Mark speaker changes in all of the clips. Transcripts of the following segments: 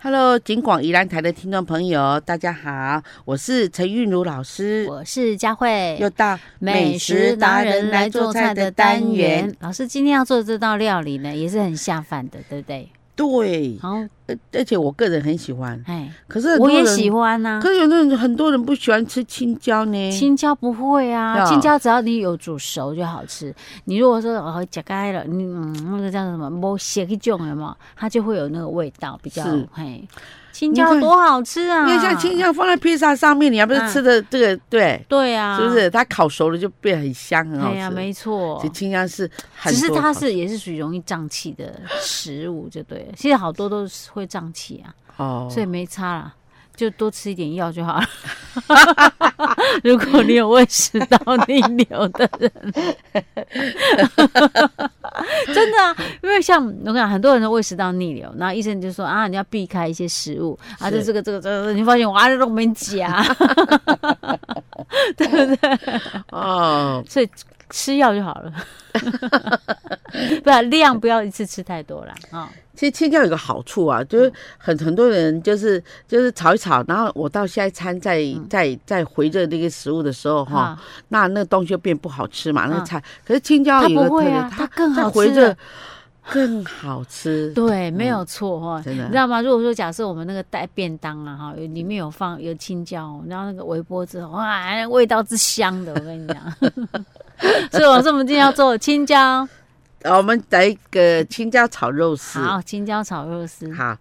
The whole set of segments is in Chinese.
Speaker 1: Hello，景广宜兰台的听众朋友，大家好，我是陈韵如老师，
Speaker 2: 我是佳慧
Speaker 1: 又，到
Speaker 2: 老师今天要做的这道料理呢，也是很下饭的，对不对？
Speaker 1: 对，
Speaker 2: 好，
Speaker 1: 呃而且我个人很喜欢，
Speaker 2: 哎，
Speaker 1: 可是很多
Speaker 2: 我也
Speaker 1: 人
Speaker 2: 喜欢呐、
Speaker 1: 可是有那种很多人不喜欢吃青椒呢。
Speaker 2: 青椒不会啊，
Speaker 1: 要
Speaker 2: 青椒只要你有煮熟就好吃。你如果说哦夹开了，你嗯那个叫什么摸血一种有没有？它就会有那个味道比较
Speaker 1: 是
Speaker 2: 嘿。青
Speaker 1: 你
Speaker 2: 椒
Speaker 1: 看
Speaker 2: 多好吃啊！
Speaker 1: 因为像青椒放在披萨上面，你还不是
Speaker 2: 嗯
Speaker 1: 吃的这个、对，
Speaker 2: 对啊，
Speaker 1: 是不？是？它烤熟了就变很香，很好
Speaker 2: 哎
Speaker 1: 吃。
Speaker 2: 呀，没错
Speaker 1: 其实。青椒是很
Speaker 2: 只是
Speaker 1: 多
Speaker 2: 它
Speaker 1: 种
Speaker 2: 是也是属于容易胀气的食物，就对了。现在好多都是会胀气啊，
Speaker 1: 哦，
Speaker 2: 所以没差啦，就多吃一点药就好了。 如果你有胃食道逆流的人， 真的啊，因为像我跟你讲，很多人的胃食道逆流，然后医生就说啊，你要避开一些食物啊，
Speaker 1: 是
Speaker 2: 就这个这个这个，你发现啊哇，这都没夹，
Speaker 1: 哦，
Speaker 2: 所以吃药就好了， 不然量不要一次吃太多啦啊。
Speaker 1: 其实青椒有个好处啊，
Speaker 2: 嗯
Speaker 1: 就是很很多人就是就是炒一炒，然后我到下一餐再、
Speaker 2: 嗯
Speaker 1: 再再回热那个食物的时候哈、
Speaker 2: 啊
Speaker 1: 那那个东西就变不好吃嘛，那个
Speaker 2: 啊
Speaker 1: 菜。可是青椒
Speaker 2: 它
Speaker 1: 有个
Speaker 2: 不
Speaker 1: 特
Speaker 2: 会
Speaker 1: 点
Speaker 2: 啊，它更
Speaker 1: 再
Speaker 2: 好
Speaker 1: 回
Speaker 2: 吃
Speaker 1: 热
Speaker 2: 的。
Speaker 1: 更好吃。
Speaker 2: 对，没有错哈、
Speaker 1: 真的
Speaker 2: 你知道吗？如果说假设我们那个带便当啊哈，有里面有放有青椒，哦然后那个微波之后，哇，那味道之香的，我跟 你讲。 所以我说我们今天要做青椒，
Speaker 1: 啊我们来一个青椒炒肉丝。
Speaker 2: 好，青椒炒肉丝，
Speaker 1: 好，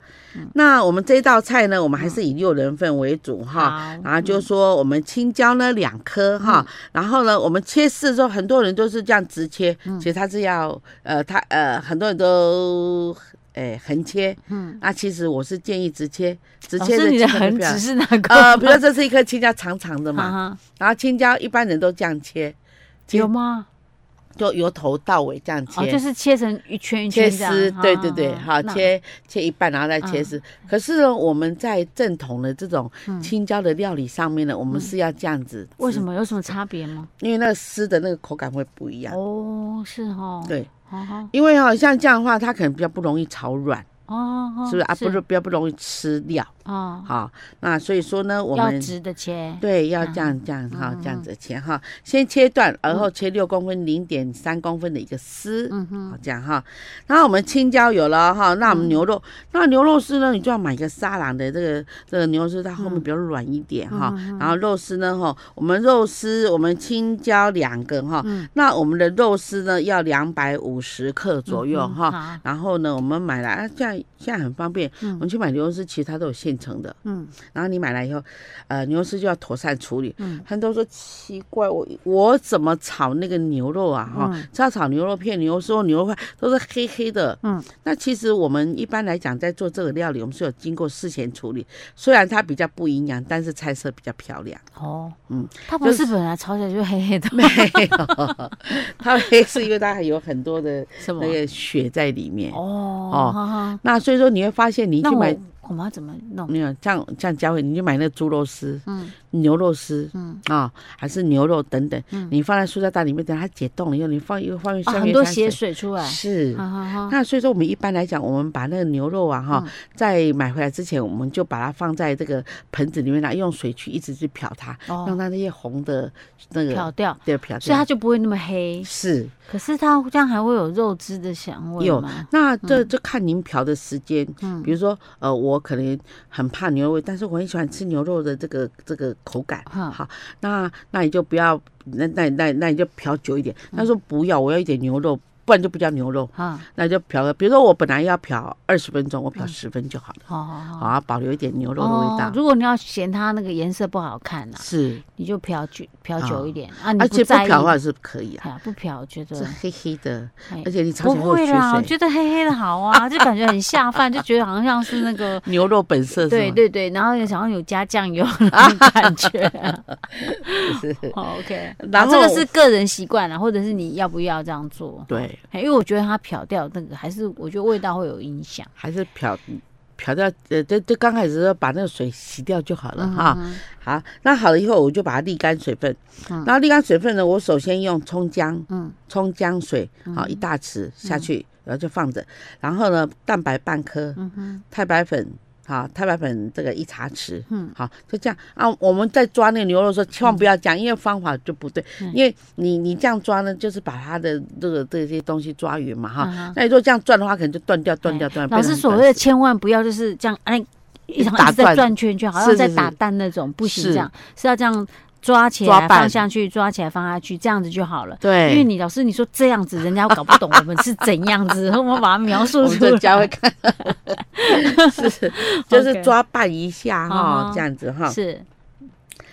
Speaker 1: 那我们这道菜呢，我们
Speaker 2: 嗯
Speaker 1: 还是以六人份为主哈。
Speaker 2: 好
Speaker 1: 然后就说我们青椒呢两颗哈，
Speaker 2: 嗯
Speaker 1: 然后呢我们切丝的时候，很多人都是这样直切，
Speaker 2: 嗯
Speaker 1: 其实它是要呃它呃很多人都哎横切，嗯，那其实我是建议直切，直
Speaker 2: 老
Speaker 1: 切
Speaker 2: 师你的
Speaker 1: 切得
Speaker 2: 很
Speaker 1: 比较
Speaker 2: 只是哪个？
Speaker 1: 呃，比如说这是一颗青椒长长的嘛，
Speaker 2: 啊哈
Speaker 1: 然后青椒一般人都这样切，切
Speaker 2: 有吗？
Speaker 1: 就由头到尾这样
Speaker 2: 哦，
Speaker 1: 切
Speaker 2: 就。是切成一圈一
Speaker 1: 切
Speaker 2: 圈这样
Speaker 1: 丝，对对对，
Speaker 2: 啊
Speaker 1: 好
Speaker 2: 那嗯
Speaker 1: 切切一半，然后再切丝。可是呢，我们在正统的这种青椒的料理上面呢，我们是要这样子。
Speaker 2: 嗯为什？么有什么差别吗？
Speaker 1: 因为那个丝的那个口感会不一样。
Speaker 2: 哦，是哦，，
Speaker 1: 对，
Speaker 2: 哦哦
Speaker 1: 因为哦，像这样的话，它可能比较不容易炒软，
Speaker 2: 哦，
Speaker 1: 是不是啊？不是比较不容易吃掉
Speaker 2: 哦，
Speaker 1: 哈。那所以说呢，我
Speaker 2: 要
Speaker 1: 们
Speaker 2: 直嗯哦的切，
Speaker 1: 对要这样这样哈，这样子切哈，先切断，然后切六公分、零点三公分的一个丝。
Speaker 2: 嗯哼，
Speaker 1: 好，这样哈。然后我们青椒有了哈，那我
Speaker 2: 嗯
Speaker 1: 们牛肉，那牛肉丝呢，你就要买个沙朗的这个这个牛肉丝，它
Speaker 2: 嗯
Speaker 1: 后面比较软一点哈。然后肉丝呢，哈，我们肉丝我们青椒两个哈，
Speaker 2: 嗯
Speaker 1: 那我们的肉丝呢要两百五十克左右
Speaker 2: 嗯
Speaker 1: 哦哈。
Speaker 2: 好
Speaker 1: 然后呢，我们买来啊，现在现在很方便，我们去买牛肉丝，其实它都有现成的。
Speaker 2: 嗯，
Speaker 1: 然后你买来以后，呃，牛肉丝就要妥善处理。
Speaker 2: 嗯
Speaker 1: 很多人说奇怪，我我怎么炒那个牛肉啊？哈、
Speaker 2: 嗯
Speaker 1: 只要炒牛肉片、牛肉丝、牛肉块都是黑黑的。
Speaker 2: 嗯，
Speaker 1: 那其实我们一般来讲，在做这个料理，我们是有经过事前处理。虽然它比较不营养，但是菜色比较漂 亮。
Speaker 2: 哦，
Speaker 1: 嗯
Speaker 2: 嗯，它不
Speaker 1: 就是
Speaker 2: 本来炒起来就黑 黑的吗
Speaker 1: 没有，它黑是因为它还有很多的
Speaker 2: 什么
Speaker 1: 那？个血在里面。哦
Speaker 2: 哦，哈哈
Speaker 1: 那所以说你会发现，你
Speaker 2: 那
Speaker 1: 去
Speaker 2: 我
Speaker 1: 买，嗯
Speaker 2: 我们要怎么弄？
Speaker 1: 没有像像佳慧，你去买那猪肉丝、
Speaker 2: 嗯
Speaker 1: 牛肉丝，
Speaker 2: 嗯，
Speaker 1: 啊、还是牛肉等等，
Speaker 2: 嗯
Speaker 1: 你放在塑料袋里面，等它解冻了以后，你放一个放在下
Speaker 2: 啊，
Speaker 1: 面、
Speaker 2: 很多血水出来，啊
Speaker 1: 是。
Speaker 2: 哈哈哈，
Speaker 1: 那所以说，我们一般来讲，我们把那个牛肉啊，哈、
Speaker 2: 嗯
Speaker 1: 在买回来之前，我们就把它放在这个盆子里面，然后用水去一直去漂它，让
Speaker 2: 哦，
Speaker 1: 它那些红的那个
Speaker 2: 漂掉，
Speaker 1: 对漂
Speaker 2: 所以
Speaker 1: 掉
Speaker 2: 它。就不会那么黑。
Speaker 1: 是，
Speaker 2: 可是它这样还会有肉汁的香味
Speaker 1: 有
Speaker 2: 吗？
Speaker 1: 那这就看您漂的时间。
Speaker 2: 嗯
Speaker 1: 比如说，呃，我可能很怕牛肉味，但是我很喜欢吃牛肉的这个这个口感。
Speaker 2: 哈
Speaker 1: 好，那那你就不要，那那那那你就漂久一点。他说不要，我要一点牛肉，不然就不叫牛肉，
Speaker 2: 哈，
Speaker 1: 那你就漂个。比如说我本来要漂二十分钟，我漂十分就好了，
Speaker 2: 好好
Speaker 1: 好
Speaker 2: 好。
Speaker 1: 啊，保留一点牛肉的味道。
Speaker 2: 如果你要嫌它那个颜色不好看呐，
Speaker 1: 是，
Speaker 2: 你就漂久漂
Speaker 1: 啊
Speaker 2: 久一点啊，你
Speaker 1: 而且不
Speaker 2: 在意
Speaker 1: 漂的话是可以啊，
Speaker 2: 哎呀，不漂，我觉
Speaker 1: 是
Speaker 2: 得
Speaker 1: 黑黑的，
Speaker 2: 哎
Speaker 1: 而且你炒
Speaker 2: 不
Speaker 1: 起来会有
Speaker 2: 会啦，我
Speaker 1: 血水。
Speaker 2: 觉得黑黑的 好啊，就感觉很下饭，就觉得好像是那个。
Speaker 1: 牛肉本色 是
Speaker 2: 对
Speaker 1: 吗？
Speaker 2: 对对，然后又想要有加酱油的感觉。
Speaker 1: 是
Speaker 2: 好 OK，啊
Speaker 1: 然
Speaker 2: 好这
Speaker 1: 后
Speaker 2: 啊个是个人习惯啊啦，或者是你要不要这样做？
Speaker 1: 对，
Speaker 2: 哎，因为我觉得它漂掉那个，还是我觉得味道会有影响。
Speaker 1: 还是漂嗯漂掉，呃，就就刚开始的时候把那个水洗掉就好了哈。
Speaker 2: 嗯
Speaker 1: 好，那好了以后，我就把它沥干水分。
Speaker 2: 嗯
Speaker 1: 然后沥干水分呢，我首先用葱姜、
Speaker 2: 嗯
Speaker 1: 葱姜水，好、一大匙下去，然后就放着。然后呢，蛋白半颗，
Speaker 2: 嗯哼
Speaker 1: 太白粉好，太白粉这个一茶匙，
Speaker 2: 嗯，
Speaker 1: 好，就这样啊。我们在抓那个牛肉的时候，千万不要这样，因为方法就不对，
Speaker 2: 嗯
Speaker 1: 因为你你这样抓呢，就是把它的这个这些东西抓匀嘛，哈。
Speaker 2: 嗯哼
Speaker 1: 那你如果这样转的话，可能就断掉，断掉，断掉。
Speaker 2: 老
Speaker 1: 变
Speaker 2: 师
Speaker 1: 成
Speaker 2: 所
Speaker 1: 断
Speaker 2: 谓的千万不要就是这样，哎，一直
Speaker 1: 打
Speaker 2: 一直在
Speaker 1: 转
Speaker 2: 转圈圈，好
Speaker 1: 是
Speaker 2: 像
Speaker 1: 是
Speaker 2: 在
Speaker 1: 是
Speaker 2: 打蛋那种，不行，
Speaker 1: 是
Speaker 2: 这样是要这样抓起
Speaker 1: 抓
Speaker 2: 来
Speaker 1: 板
Speaker 2: 放下去，抓起来放下去，这样子就好了。因
Speaker 1: 对，
Speaker 2: 为你老师你说这样子，人家搞不懂我们是怎样子， 我们把它描述
Speaker 1: 我们
Speaker 2: 出
Speaker 1: 在家会
Speaker 2: 来。
Speaker 1: 看， 是就是
Speaker 2: OK
Speaker 1: 抓拌一下
Speaker 2: 嗯
Speaker 1: 哈，
Speaker 2: 哼
Speaker 1: 这样子哈。
Speaker 2: 是，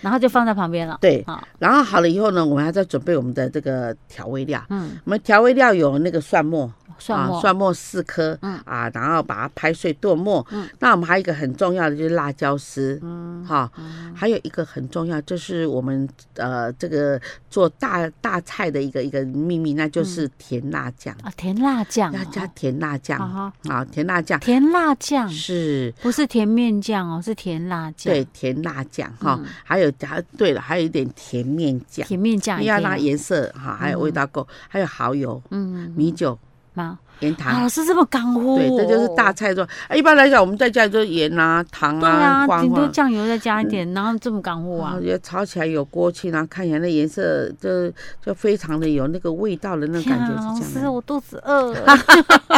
Speaker 2: 然后就放在旁边了。
Speaker 1: 啊对，
Speaker 2: 好，
Speaker 1: 然后好了以后呢，我们还在准备我们的这个调味料。
Speaker 2: 嗯，
Speaker 1: 我们调味料有那个蒜末，
Speaker 2: 蒜末
Speaker 1: 啊、，蒜末四颗，
Speaker 2: 嗯
Speaker 1: 啊，然后把它拍碎剁末。
Speaker 2: 嗯
Speaker 1: 那我们还有一个很重要的就是辣椒丝，
Speaker 2: 嗯，
Speaker 1: 哈、还有一个很重要，就是我们呃这个做大大菜的一个一个秘密，那就是甜辣酱，
Speaker 2: 啊，甜辣嗯酱哦，
Speaker 1: 要加甜辣酱
Speaker 2: 好好
Speaker 1: 啊，甜辣酱
Speaker 2: 甜辣酱，
Speaker 1: 是。
Speaker 2: 不是甜面酱哦，是甜辣酱。
Speaker 1: 对，，甜辣酱哈
Speaker 2: 嗯，
Speaker 1: 还有还对了，还有一点甜面酱，
Speaker 2: 甜面酱
Speaker 1: 因为
Speaker 2: 也
Speaker 1: 要
Speaker 2: 可以
Speaker 1: 让
Speaker 2: 哦
Speaker 1: 颜色哈，还有味道够，还有蚝油、
Speaker 2: 嗯，
Speaker 1: 米酒、
Speaker 2: 妈
Speaker 1: 盐
Speaker 2: 啊，
Speaker 1: 糖
Speaker 2: 老，师这么干呼，哦
Speaker 1: 对，这就是大。菜做。哎一般来讲，我们在家里就盐啊、糖
Speaker 2: 对
Speaker 1: 啊、
Speaker 2: 啊，
Speaker 1: 光
Speaker 2: 顶多
Speaker 1: 啊，
Speaker 2: 酱油再加一点，然后这么干呼啊
Speaker 1: 啊，。也炒起来有锅气，然后看起来那颜色就就非常的有那个味道的那种
Speaker 2: 天
Speaker 1: 感
Speaker 2: 啊，
Speaker 1: 觉
Speaker 2: 老
Speaker 1: 是这
Speaker 2: 师，
Speaker 1: 样
Speaker 2: 我肚子饿了，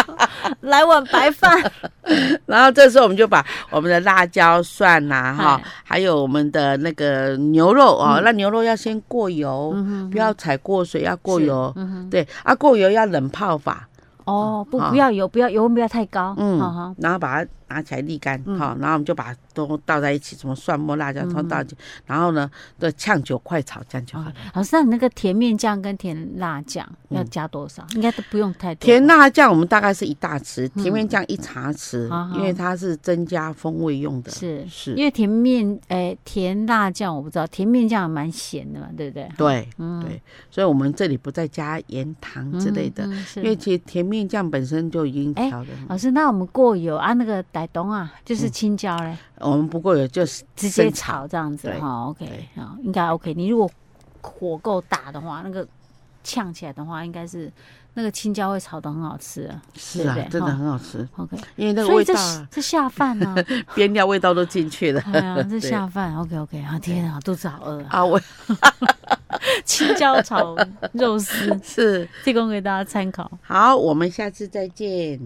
Speaker 2: 来碗白饭。
Speaker 1: 的。然后这时候我们就把我们的辣椒、蒜呐哈
Speaker 2: 嗨，
Speaker 1: 还有我们的那个牛肉哦，那牛肉要先过油，
Speaker 2: 嗯
Speaker 1: 不要踩过水，要 过
Speaker 2: 是
Speaker 1: 油。
Speaker 2: 嗯哼，
Speaker 1: 对啊，过油要冷泡法，
Speaker 2: 哦，不，
Speaker 1: 啊
Speaker 2: 不要油，不要油温不要太高。
Speaker 1: 嗯，
Speaker 2: 好好，
Speaker 1: 然后把它拿起来沥干，
Speaker 2: 嗯
Speaker 1: 好、然后我们就把都倒在一起，什么蒜末、辣椒都倒
Speaker 2: 嗯
Speaker 1: 进去，然后呢，就呛酒快炒，这样就好了。
Speaker 2: 老师，那你那个甜面酱跟甜辣酱要加多少？应该都不用太
Speaker 1: 嗯
Speaker 2: 多。
Speaker 1: 甜辣酱我们大概是一大匙，
Speaker 2: 嗯
Speaker 1: 甜面酱一茶匙，
Speaker 2: 好好
Speaker 1: 因为它是增加风味用的。
Speaker 2: 嗯啊是
Speaker 1: 是
Speaker 2: 因为甜面，哎，甜辣酱我不知道，甜面酱蛮咸的嘛，对不对？
Speaker 1: 对，
Speaker 2: 嗯
Speaker 1: 对所以我们这里不再加盐、糖之类的，
Speaker 2: 嗯嗯是
Speaker 1: 因为其实甜面酱本身就已经
Speaker 2: 哎
Speaker 1: 调的。
Speaker 2: 老师，那我们过油啊，那个傣东啊，就是青椒嘞，
Speaker 1: 我们不过有就是
Speaker 2: 直
Speaker 1: 嗯
Speaker 2: 接
Speaker 1: 生
Speaker 2: 炒这样子
Speaker 1: 对
Speaker 2: 哈、OK，
Speaker 1: 对
Speaker 2: 好、应该 OK。你如果火够大的话，那个呛起来的话，应该是那个青椒会炒的很好吃啊。
Speaker 1: 是啊
Speaker 2: 对不，对
Speaker 1: 真的
Speaker 2: 哈
Speaker 1: 很好吃，
Speaker 2: OK，
Speaker 1: 因为那个
Speaker 2: 所以
Speaker 1: 味
Speaker 2: 这
Speaker 1: 道啊、
Speaker 2: 这下饭呢、啊，
Speaker 1: 边料味道都进去 了。
Speaker 2: 哎呀，
Speaker 1: 对
Speaker 2: 这下饭 OK OK 啊，天啊，肚子好 饿啊！
Speaker 1: 啊，我
Speaker 2: 青椒炒肉丝，
Speaker 1: 是。
Speaker 2: 提供给大家参考。
Speaker 1: 好，我们下次再见。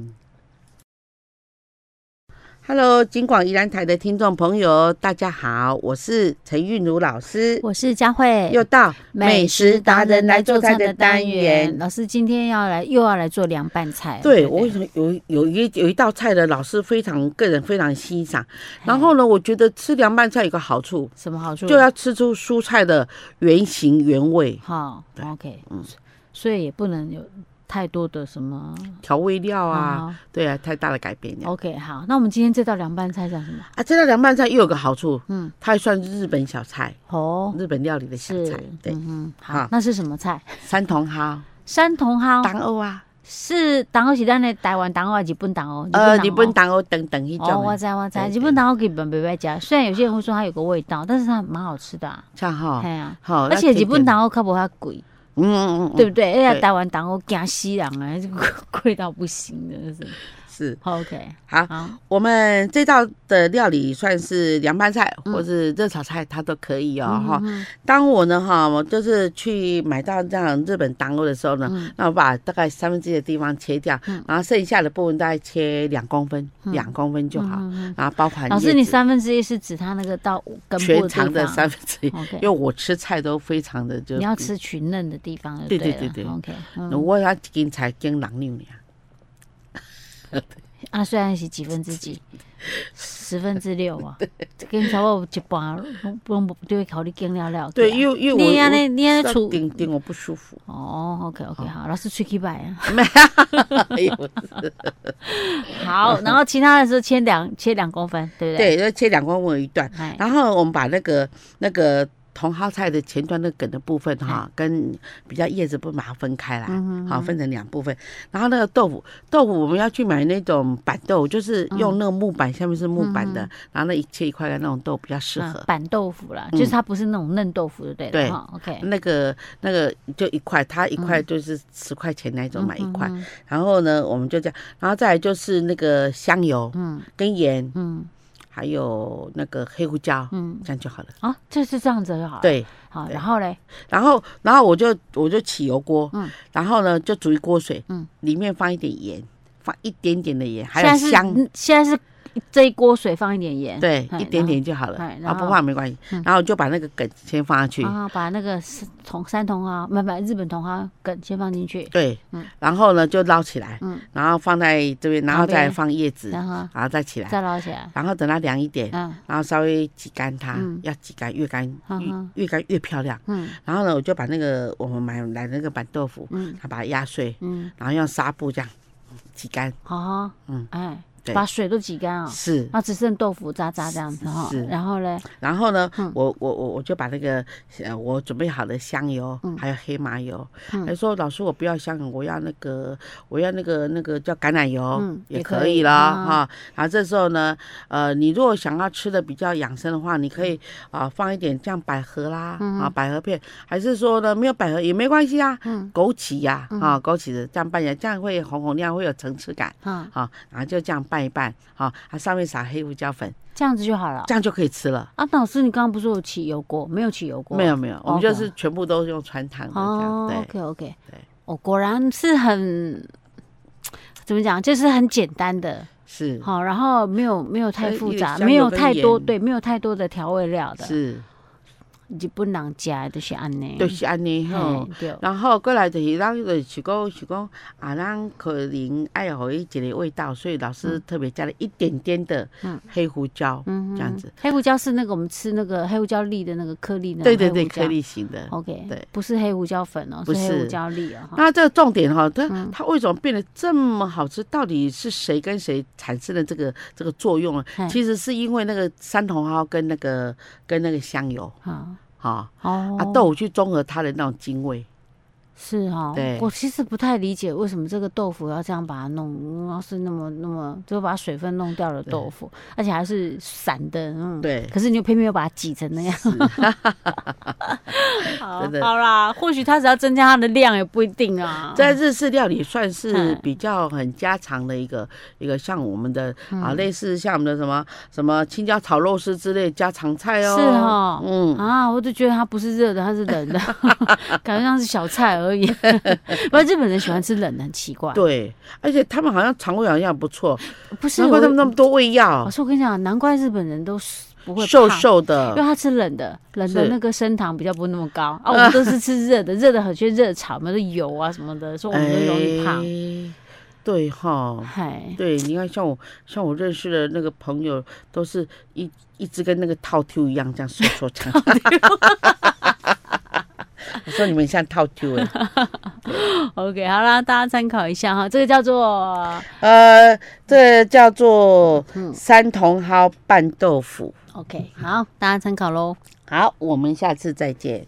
Speaker 1: Hello，金广宜兰台的听众朋友，大家好，我是陈韵如老师，
Speaker 2: 我是佳慧，
Speaker 1: 又到美食达人来做菜的单元。
Speaker 2: 老师今天要来又要来做凉拌菜了，
Speaker 1: 对
Speaker 2: 不
Speaker 1: 我为什么有有一有一道菜的老师非常个人非常欣赏，然后呢，我觉得吃凉拌菜有个好处，
Speaker 2: 什么好处？
Speaker 1: 就要吃出蔬菜的原形原味，
Speaker 2: 好
Speaker 1: 对
Speaker 2: ，OK，
Speaker 1: 嗯
Speaker 2: 所以也不能有太多的什么
Speaker 1: 调味料啊，
Speaker 2: 啊
Speaker 1: 对啊，太大的改变了。
Speaker 2: ，OK，好，那我们今天这道凉拌菜叫什么？
Speaker 1: 啊，这道凉拌菜又有个好处，
Speaker 2: 嗯，
Speaker 1: 它还算日本小菜，
Speaker 2: 哦，
Speaker 1: 日本料理的小
Speaker 2: 是
Speaker 1: 菜，，对。
Speaker 2: 嗯哼，好
Speaker 1: 好，
Speaker 2: 那是什么菜？
Speaker 1: 三茼蒿、
Speaker 2: 山茼蒿
Speaker 1: 党欧啊，
Speaker 2: 是党欧是咱的台湾党欧还是日本党哦欧？
Speaker 1: 呃，日
Speaker 2: 茼
Speaker 1: 本
Speaker 2: 蒿
Speaker 1: 党欧等等一
Speaker 2: 哦，
Speaker 1: 种
Speaker 2: 我
Speaker 1: 的，
Speaker 2: 知道我知道，
Speaker 1: 对
Speaker 2: 日本党欧给本不爱加，虽然有些人会说它有个味道，但是它蛮好吃的啊，
Speaker 1: 像哈
Speaker 2: 哎，呀。
Speaker 1: 好，
Speaker 2: 而且日本党欧较不遐贵，
Speaker 1: 嗯，嗯嗯
Speaker 2: 对
Speaker 1: 嗯，
Speaker 2: 不对？哎呀，
Speaker 1: 对
Speaker 2: 台湾党欧惊死人啊，这个贵到不行，真的是。
Speaker 1: 是
Speaker 2: 好 OK，
Speaker 1: 好。
Speaker 2: 好，
Speaker 1: 我们这道的料理算是凉拌菜
Speaker 2: 嗯
Speaker 1: 或是热炒菜，它都可以哦
Speaker 2: 嗯
Speaker 1: 哈。
Speaker 2: 嗯
Speaker 1: 当我呢哈，我就是去买到这样日本党欧的时候呢
Speaker 2: 嗯，
Speaker 1: 那我把大概三分之一的地方切掉
Speaker 2: 嗯，
Speaker 1: 然后剩下的部分大概切两公分，两公分就好。
Speaker 2: 嗯嗯嗯
Speaker 1: 然后包含
Speaker 2: 老
Speaker 1: 叶
Speaker 2: 师，你
Speaker 1: 子
Speaker 2: 三分之一是指它那个到根部
Speaker 1: 全
Speaker 2: 地
Speaker 1: 长的
Speaker 2: 方
Speaker 1: 三分之 一，因为
Speaker 2: OK，
Speaker 1: 我吃菜都非常的就
Speaker 2: 你要
Speaker 1: 比
Speaker 2: 吃取嫩的地方就
Speaker 1: 对
Speaker 2: 对
Speaker 1: 对对
Speaker 2: 了
Speaker 1: 对
Speaker 2: OK，
Speaker 1: 那
Speaker 2: 嗯，
Speaker 1: 我要一斤才斤人两两，
Speaker 2: 啊，虽然是几分之几，十分之六啊，跟差不多一半，不用就会考虑更了了。
Speaker 1: 对，
Speaker 2: 啊
Speaker 1: 因为因为我
Speaker 2: 你安
Speaker 1: 我
Speaker 2: 尼你安尼处
Speaker 1: 顶顶我不舒 服，
Speaker 2: 哦，OK OK，好，老师吹起摆 啊。
Speaker 1: 哎 呦，
Speaker 2: 好，然后其他的时候切两切两公分，对不对？
Speaker 1: 对，就切两公分一段，
Speaker 2: 对，哎，
Speaker 1: 然后我们把那个那个茼蒿菜的前端的梗的部分哈，跟比较叶子部分把它分开来
Speaker 2: 哎嗯哼，
Speaker 1: 好分成两部分，然后那个豆腐豆腐我们要去买那种板豆，就是
Speaker 2: 嗯
Speaker 1: 用那个木板下面是木板的，然后那一切一块的那种豆比较适
Speaker 2: 嗯
Speaker 1: 合。
Speaker 2: 板豆腐啦，
Speaker 1: 嗯
Speaker 2: 就是它不是那种嫩豆腐，就对了。
Speaker 1: 对
Speaker 2: 哈，OK，
Speaker 1: 那个那个就一块，它一块就是十块钱那种买一块，
Speaker 2: 嗯
Speaker 1: 然后呢，我们就这样，然后再来就是那个香油
Speaker 2: 嗯
Speaker 1: 跟盐，
Speaker 2: 嗯，
Speaker 1: 还有那个黑胡椒，
Speaker 2: 嗯，
Speaker 1: 这样就好了。
Speaker 2: 啊，就是这样子就好了。，
Speaker 1: 对，
Speaker 2: 好，
Speaker 1: 对
Speaker 2: 然后嘞，
Speaker 1: 然后然后我就我就起油锅，
Speaker 2: 嗯
Speaker 1: 然后呢就煮一锅水，
Speaker 2: 嗯
Speaker 1: 里面放一点盐，放一点点的盐，还
Speaker 2: 现在
Speaker 1: 有
Speaker 2: 是
Speaker 1: 香，
Speaker 2: 嗯现在是这一锅水放一点盐，
Speaker 1: 对，
Speaker 2: 哎
Speaker 1: 一点点就好了
Speaker 2: 哎，
Speaker 1: 啊
Speaker 2: 然后
Speaker 1: 不放没关系
Speaker 2: 嗯。啊
Speaker 1: 然后就把那个梗先放下去，
Speaker 2: 然后把那个是同山茼蒿，不不，日本茼蒿梗先放进去，
Speaker 1: 对
Speaker 2: 嗯，
Speaker 1: 然后呢就捞起来，
Speaker 2: 嗯，
Speaker 1: 然后放在这边，然后
Speaker 2: 旁边
Speaker 1: 再放叶子，
Speaker 2: 然后
Speaker 1: 然后再起来，
Speaker 2: 再捞起来，
Speaker 1: 然后等它凉一点，
Speaker 2: 嗯
Speaker 1: 然后稍微挤干它
Speaker 2: 嗯，
Speaker 1: 要挤干越干
Speaker 2: 哈哈
Speaker 1: 越越干越漂亮。
Speaker 2: 嗯
Speaker 1: 然后呢，我就把那个我们买来的那个板豆腐，
Speaker 2: 嗯
Speaker 1: 它把它压碎，
Speaker 2: 嗯，
Speaker 1: 然后用纱布这样挤干，
Speaker 2: 好好，
Speaker 1: 嗯
Speaker 2: 哎，
Speaker 1: 对
Speaker 2: 把水都挤干啊，
Speaker 1: 是。
Speaker 2: 那只剩豆腐渣渣这样子哈
Speaker 1: 是，
Speaker 2: 然后嘞，
Speaker 1: 然后呢
Speaker 2: 嗯，
Speaker 1: 我我我我就把那个呃我准备好的香油，还有黑麻油，
Speaker 2: 嗯
Speaker 1: 还说老师我不要香油，我要那个我要那个那个叫橄榄油
Speaker 2: 嗯
Speaker 1: 也
Speaker 2: 也可以
Speaker 1: 可以了
Speaker 2: 啊
Speaker 1: 哈。然后这时候呢，呃，你如果想要吃的比较养生的话，你可以
Speaker 2: 嗯
Speaker 1: 啊放一点像百合啦啊百合片，还是说呢没有百合也没关系啊，
Speaker 2: 嗯
Speaker 1: 枸杞呀啊枸杞的这样拌一下，这样会红红亮，会有层次感。
Speaker 2: 啊，
Speaker 1: 好，然后就这样拌一拌，好，它上面撒黑胡椒粉，
Speaker 2: 这样子就好了。
Speaker 1: 这样就可以吃了。
Speaker 2: 啊，老师，你刚刚不是有起油锅？没有起油锅，
Speaker 1: 没有没有，我们
Speaker 2: 哦
Speaker 1: 就是全部都用穿烫的这样，
Speaker 2: 哦
Speaker 1: 对
Speaker 2: ，OK OK，
Speaker 1: 对
Speaker 2: 哦，果然是很怎么讲，就是很简单的，
Speaker 1: 是
Speaker 2: 好，然后没有没有太
Speaker 1: 嗯呃
Speaker 2: 复
Speaker 1: 有
Speaker 2: 杂，
Speaker 1: 香
Speaker 2: 没
Speaker 1: 油
Speaker 2: 有
Speaker 1: 跟
Speaker 2: 太多
Speaker 1: 盐
Speaker 2: 对，没有太多的调味料的，
Speaker 1: 是，
Speaker 2: 日本人食的就是安尼，
Speaker 1: 就是安尼吼
Speaker 2: 嘿，。对，
Speaker 1: 然后过来就是咱就是讲是讲啊，咱可能爱互伊一个味道，所以老师特别加了一点点的
Speaker 2: 嗯
Speaker 1: 黑胡椒，
Speaker 2: 嗯
Speaker 1: 这样子。
Speaker 2: 黑胡椒是那个我们吃那个黑胡椒粒的那个颗粒呢，
Speaker 1: 对对对，
Speaker 2: 黑
Speaker 1: 颗
Speaker 2: 胡椒。哦
Speaker 1: 粒型的。
Speaker 2: OK，
Speaker 1: 对，
Speaker 2: 不是黑胡椒粉哦，
Speaker 1: 不
Speaker 2: 黑胡
Speaker 1: 是
Speaker 2: 椒粒哦。哈
Speaker 1: 那这个重点哈，它
Speaker 2: 嗯
Speaker 1: 它为什么变得这么好吃？到底是谁跟谁产生的这个这个作用啊
Speaker 2: 嘿？
Speaker 1: 其实是因为那个山茼蒿跟那个跟那个香油
Speaker 2: 啊
Speaker 1: 哈，
Speaker 2: 哦，
Speaker 1: 啊豆腐去综合它的那种精味。
Speaker 2: 是哈、
Speaker 1: 对
Speaker 2: 我其实不太理解为什么这个豆腐要这样把它弄，要是那么那么就把水分弄掉了
Speaker 1: 对
Speaker 2: 豆腐，而且还是散的，嗯，。
Speaker 1: 对，
Speaker 2: 可是你又偏偏又把它挤成那样， 好
Speaker 1: 真的
Speaker 2: 好啦，或许它只要增加它的量也不一定啊。
Speaker 1: 在日式料理算是
Speaker 2: 嗯
Speaker 1: 比较很家常的一个一个，像我们的
Speaker 2: 嗯
Speaker 1: 啊，类似像我们的什么什么青椒炒肉丝之类的家常菜哦。
Speaker 2: 是哦
Speaker 1: 嗯，
Speaker 2: 啊，我就觉得它不是热的，它是 冷的，感觉像是小菜而已。不然日本人喜欢吃冷的，很奇怪。
Speaker 1: 对，而且他们好像肠胃好像不错，
Speaker 2: 不是
Speaker 1: 难怪
Speaker 2: 我
Speaker 1: 他们那么多胃
Speaker 2: 老
Speaker 1: 药，
Speaker 2: 师，我跟你讲，难怪日本人都是不会
Speaker 1: 瘦
Speaker 2: 胖
Speaker 1: 瘦
Speaker 2: 因为
Speaker 1: 的。
Speaker 2: 他吃冷的，冷的
Speaker 1: 是
Speaker 2: 那个升糖比较不那么高 啊。我们都是吃热的，热的很缺热炒，嘛，都油啊什么的，所以我们就容易胖。
Speaker 1: 哎对哈。
Speaker 2: 嗨，
Speaker 1: 对，你看，像我像我认识的那个朋友，都是一一直跟那个套 Q 一样这样说说唱。 我说你们像套 Q 哎、
Speaker 2: OK，好啦，大家参考一下哈，这个叫做
Speaker 1: 呃，这叫做
Speaker 2: 嗯
Speaker 1: 三茼蒿拌豆腐。
Speaker 2: OK，好，大家参考喽。
Speaker 1: 好，我们下次再见。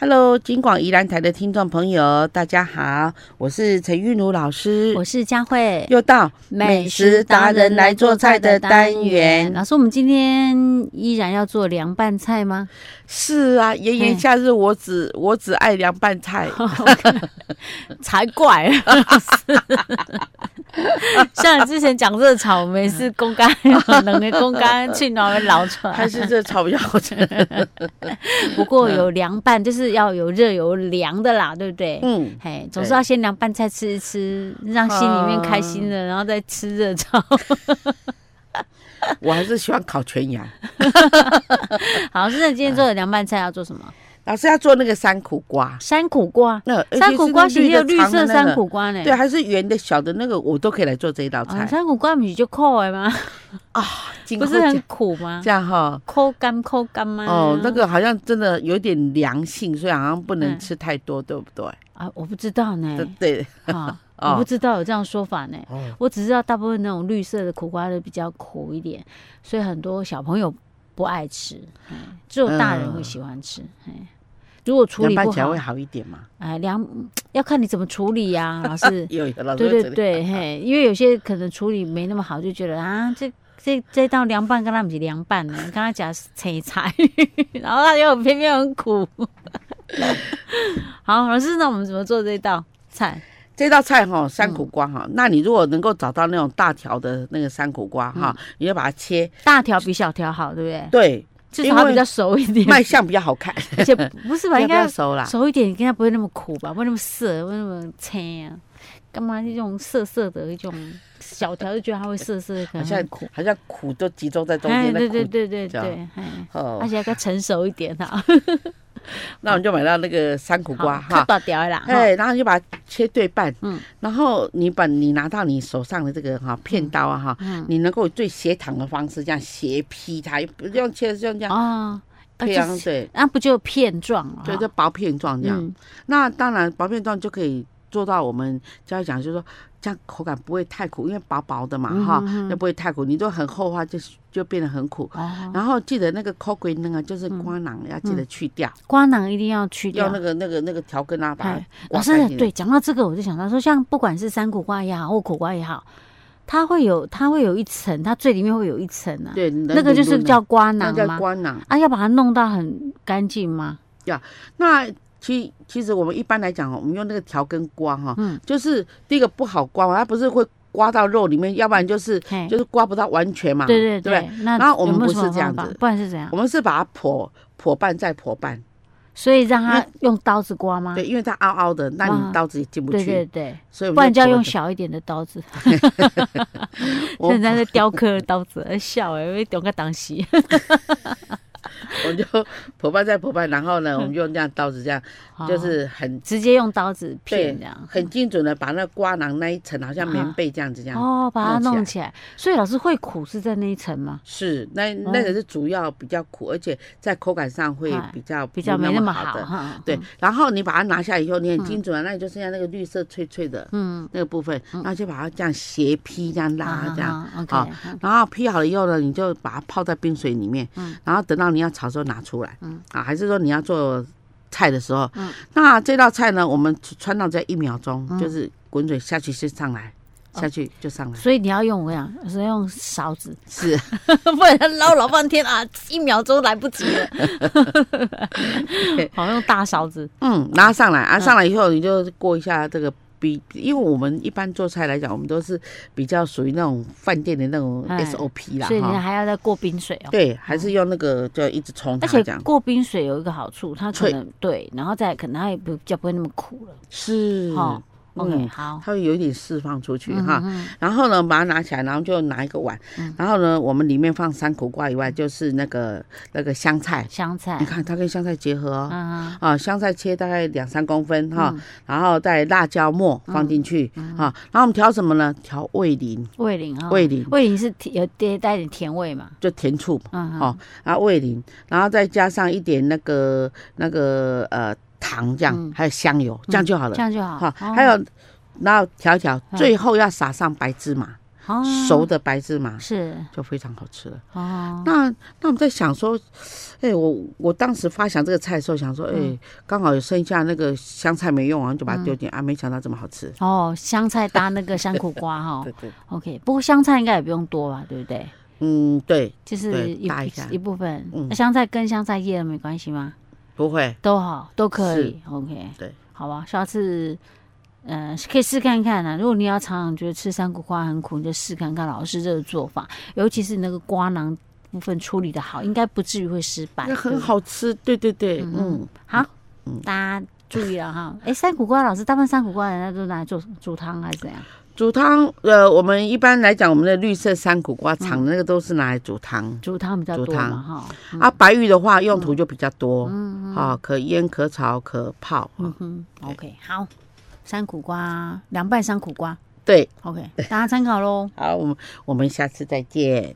Speaker 1: Hello，金广宜兰台的听众朋友，大家好，我是陈韵如老师，
Speaker 2: 我是佳慧，
Speaker 1: 又到
Speaker 2: 老师，我们今天依然要做凉拌菜 吗？
Speaker 1: 是啊，炎炎夏日，我只我只爱凉拌 菜。
Speaker 2: 才怪！啊 像你之前讲热炒，我们也是公干， 冷的公干去哪会捞出来？
Speaker 1: 还是这炒比较 好吃。
Speaker 2: 不过有凉拌，就是要有热有凉的啦，对不对？
Speaker 1: 嗯，
Speaker 2: 嘿，总是要先凉拌菜吃一吃，让心里面开心了，然后再吃热炒。
Speaker 1: 我还是喜欢烤全羊。
Speaker 2: 好，是的，今天做的凉拌菜要做什么？
Speaker 1: 老师要做那个山苦瓜，
Speaker 2: 啊山苦瓜，
Speaker 1: 那
Speaker 2: 山苦瓜其实有绿色山苦
Speaker 1: 瓜、
Speaker 2: 瓜呢。
Speaker 1: 对，还是圆的小的那个，我都可以来做这一道
Speaker 2: 啊，
Speaker 1: 菜。
Speaker 2: 山苦瓜不是就苦的 吗？
Speaker 1: 今
Speaker 2: 不
Speaker 1: 后
Speaker 2: 是
Speaker 1: 这
Speaker 2: 很嗯
Speaker 1: 样
Speaker 2: 苦 吗
Speaker 1: 这？样哈。
Speaker 2: 苦干苦干吗？
Speaker 1: 哦，那个好像真的有点凉性，所以好像不能
Speaker 2: 嗯
Speaker 1: 吃太多，对不对？
Speaker 2: 啊，我不知道呢
Speaker 1: 对。对，
Speaker 2: 啊，
Speaker 1: 哦
Speaker 2: 我不知道有这样说法呢。
Speaker 1: 哦
Speaker 2: 我只知道大部分那种绿色的苦瓜都比较苦一点，所以很多小朋友不爱吃，嗯只有大人会喜欢吃。哎、如果处
Speaker 1: 凉
Speaker 2: 理
Speaker 1: 拌
Speaker 2: 不
Speaker 1: 起来
Speaker 2: 好
Speaker 1: 会，好一点嘛？
Speaker 2: 哎，凉要看你怎么处理
Speaker 1: 。
Speaker 2: 呀、老师
Speaker 1: 有有老师
Speaker 2: 对
Speaker 1: 会
Speaker 2: 对
Speaker 1: 这里
Speaker 2: 对，嘿，因为有些可能处理没那么好，就觉得啊，这这这道凉拌跟他不是凉拌呢，跟他讲是青菜， 然后他又偏 偏很苦。好，老师，那我们怎么做这道菜？
Speaker 1: 这道菜
Speaker 2: 嗯
Speaker 1: 哈、山苦瓜哈、那你如果能够找到那种大条的那个山苦瓜哈、
Speaker 2: 嗯
Speaker 1: 你就把它切，
Speaker 2: 大条比小条好，对不对？
Speaker 1: 对，
Speaker 2: 至少它比较熟一点，
Speaker 1: 卖相比较好看，
Speaker 2: 而且不是吧？
Speaker 1: 要
Speaker 2: 应
Speaker 1: 不要
Speaker 2: 该
Speaker 1: 熟啦？
Speaker 2: 熟一点，应该不会那么苦吧？不会那么涩，不会那么青啊。干嘛那种涩涩的一种小条就觉得它会涩涩，
Speaker 1: 好
Speaker 2: 可能
Speaker 1: 像
Speaker 2: 很苦。
Speaker 1: 好像苦都集中在中
Speaker 2: 哎，
Speaker 1: 间的
Speaker 2: 对
Speaker 1: 苦。
Speaker 2: 对对对
Speaker 1: 这样
Speaker 2: 对，哎，
Speaker 1: 哦
Speaker 2: 而，且要更成熟一点啊哈。
Speaker 1: 那我们就买到那个山苦 瓜
Speaker 2: 好较
Speaker 1: 啊哈，
Speaker 2: 大条的啦。哈
Speaker 1: 哎，然后你就把它切对半，
Speaker 2: 嗯
Speaker 1: 然后你把你拿到你手上的这个哈片刀啊哈，
Speaker 2: 嗯
Speaker 1: 你能够最斜躺的方式这样斜劈它，不用切像这样
Speaker 2: 哦，啊
Speaker 1: 这
Speaker 2: 就
Speaker 1: 样
Speaker 2: 是
Speaker 1: 对，
Speaker 2: 那不就片状了哈？
Speaker 1: 对，就薄片状这样。
Speaker 2: 嗯
Speaker 1: 那当然，薄片状就可以做到我们教育讲，就是说这样口感不会太苦，因为薄薄的嘛
Speaker 2: 嗯
Speaker 1: 哈
Speaker 2: 哼哼，
Speaker 1: 又不会太苦。你都很厚的话，就就变得很苦。
Speaker 2: 哦，
Speaker 1: 然后记得那个口龟那个就是瓜囊要记得去掉，
Speaker 2: 瓜囊一定要嗯去掉
Speaker 1: 要那。个那个那个条根啊，把它
Speaker 2: 哎，老
Speaker 1: 挖
Speaker 2: 师
Speaker 1: 干净
Speaker 2: 对，讲到这个我就想到说，像不管是山苦瓜也好，或苦瓜也好，它会有它会有一层，它最里面会有一层啊，
Speaker 1: 对，你的
Speaker 2: 那个就
Speaker 1: 轮
Speaker 2: 是
Speaker 1: 轮
Speaker 2: 叫瓜
Speaker 1: 那
Speaker 2: 囊
Speaker 1: 叫
Speaker 2: 吗？
Speaker 1: 瓜囊。
Speaker 2: 啊，要把它弄到很干净吗？
Speaker 1: 那其其实我们一般来讲，哦，我们用那个条根刮哈，
Speaker 2: 嗯
Speaker 1: 就是第一个不好刮嘛，它不是会刮到肉里面，要不然就是
Speaker 2: 嘿
Speaker 1: 就是刮不到完全嘛。
Speaker 2: 对对
Speaker 1: 对
Speaker 2: 对，那
Speaker 1: 然后我
Speaker 2: 有
Speaker 1: 们
Speaker 2: 没
Speaker 1: 不
Speaker 2: 有什么
Speaker 1: 是这样
Speaker 2: 方法
Speaker 1: 子
Speaker 2: 不然是怎样
Speaker 1: 我？们是把它剖剖半再剖半，
Speaker 2: 所以让它
Speaker 1: 那
Speaker 2: 用刀子刮吗？
Speaker 1: 对，因为它凹凹的，那
Speaker 2: 哇
Speaker 1: 你刀子也进不
Speaker 2: 对
Speaker 1: 去，
Speaker 2: 对对，
Speaker 1: 所以我
Speaker 2: 不然
Speaker 1: 们
Speaker 2: 就要用
Speaker 1: 剖
Speaker 2: 小一点的刀子。
Speaker 1: 我
Speaker 2: 现在在雕刻的刀子，哎笑哎，因为懂个 东西。
Speaker 1: 我们就 剖半再剖半，然后呢，
Speaker 2: 嗯
Speaker 1: 我们就用这样刀子这样，就是很
Speaker 2: 哦直接用刀子
Speaker 1: 对
Speaker 2: 片这样，。啊
Speaker 1: 很精准的把那瓜囊那一层好像棉被这样子这样。
Speaker 2: 哦，把它弄
Speaker 1: 弄
Speaker 2: 起来。所以老师会苦是在那一层吗？
Speaker 1: 是，那那个是主要比较苦，而且在口感上会
Speaker 2: 哦哎
Speaker 1: 比较
Speaker 2: 比较
Speaker 1: 不
Speaker 2: 没那么
Speaker 1: 好
Speaker 2: 好嗯
Speaker 1: 的。
Speaker 2: 哈。
Speaker 1: 对，然后你把它拿下以后，你很精准啊，那你就剩下那个绿色脆脆的
Speaker 2: 嗯，
Speaker 1: 那个部分，然后就把它这样斜劈，这样拉，这样。
Speaker 2: 样
Speaker 1: 好
Speaker 2: OK，嗯
Speaker 1: 然后劈好了以后呢，你就把它泡在冰水里面
Speaker 2: 嗯，
Speaker 1: 然后等到你要炒的时候拿出来
Speaker 2: 嗯，
Speaker 1: 啊，还是说你要做菜的时候
Speaker 2: 嗯，
Speaker 1: 那这道菜呢，我们穿到在一秒钟，
Speaker 2: 嗯哦
Speaker 1: 就是滚水下去是上来，下去就上 来，
Speaker 2: 所以你要用我讲，是用勺 子，
Speaker 1: 是。
Speaker 2: 不然它捞老半天啊，一秒钟来不及 了。 好，用大勺子。
Speaker 1: 嗯，拿上来啊，上来以后你就过一下这个比，因为我们一般做菜来讲，我们都是比较属于那种饭店的那种
Speaker 2: 哎
Speaker 1: SOP 啦，
Speaker 2: 所以你
Speaker 1: 哈，
Speaker 2: 还要再过冰水哦。
Speaker 1: 对，还是用那个就一直冲它
Speaker 2: 而且
Speaker 1: 这样，
Speaker 2: 过冰水有一个好处，它可
Speaker 1: 脆
Speaker 2: 能对，然后再可能它也不比较不会那么苦了。
Speaker 1: 是，
Speaker 2: 哦，OK，
Speaker 1: 嗯，
Speaker 2: 好，
Speaker 1: 它会有一点释放出去
Speaker 2: 嗯
Speaker 1: 哈。
Speaker 2: 嗯
Speaker 1: 然后呢，把它拿起来，然后就拿一个碗，然后呢，我们里面放山苦瓜以外，就是那个那个香菜，
Speaker 2: 香菜
Speaker 1: 你，看它跟香菜结合哦，
Speaker 2: 嗯，
Speaker 1: 啊，香菜切大概两三公分哈，然后再辣椒末
Speaker 2: 嗯
Speaker 1: 放进去啊，然后我们调什么呢？调味淋，
Speaker 2: 味淋啊，
Speaker 1: 味淋
Speaker 2: 味淋是甜有带带点甜味嘛，
Speaker 1: 就甜醋嘛，
Speaker 2: 嗯，
Speaker 1: 哦，然后味淋，然后再加上一点那个那个呃糖这样，
Speaker 2: 嗯
Speaker 1: 还有香油，这样就好了
Speaker 2: 这。样就好。
Speaker 1: 好，
Speaker 2: 哦
Speaker 1: 还有然后调一调，
Speaker 2: 嗯
Speaker 1: 最后要撒上白芝麻，
Speaker 2: 哦
Speaker 1: 熟的白芝麻
Speaker 2: 是
Speaker 1: 就非常好吃了。
Speaker 2: 哦，
Speaker 1: 那那我们在想说，哎，我我当时发想这个菜的时候，想说，哎
Speaker 2: 嗯，
Speaker 1: 刚好有剩下那个香菜没用完，就把它丢进啊，没想到这么好吃。
Speaker 2: 哦，香菜搭那个山苦瓜哈
Speaker 1: 对对，
Speaker 2: ，OK，不过香菜应该也不用多吧，对不对？
Speaker 1: 嗯，对，
Speaker 2: 就是
Speaker 1: 对
Speaker 2: 一
Speaker 1: 搭一下
Speaker 2: 一部分，
Speaker 1: 嗯
Speaker 2: 那香菜跟香菜叶没关系吗？
Speaker 1: 不会，
Speaker 2: 都好，都可以，OK，
Speaker 1: 对，
Speaker 2: 好吧，下次。呃，可以试看看啊。如果你要常常觉得吃山苦瓜很苦，你就试看看老师这个做法，尤其是那个瓜囊部分处理的好，应该不至于会失败。
Speaker 1: 那
Speaker 2: 对
Speaker 1: 很
Speaker 2: 不对
Speaker 1: 好吃。对对对，
Speaker 2: 嗯
Speaker 1: 嗯，
Speaker 2: 好，
Speaker 1: 嗯
Speaker 2: 大家注意了哈。哎，山苦瓜老师，大部分山苦瓜人家都拿来做煮汤还是怎样？
Speaker 1: 煮汤，呃，我们一般来讲，我们的绿色山苦
Speaker 2: 嗯
Speaker 1: 瓜长的那个都是拿来煮汤、
Speaker 2: 煮汤比较多
Speaker 1: 煮
Speaker 2: 嘛
Speaker 1: 汤
Speaker 2: 哈。
Speaker 1: 啊，白玉的话用途就比较多，
Speaker 2: 嗯
Speaker 1: 啊，可腌、可炒、可泡，啊
Speaker 2: 嗯哼，OK，好，山苦瓜凉拌山苦瓜
Speaker 1: 对，
Speaker 2: ，OK，大家参考喽。
Speaker 1: 好，我们我们下次再见。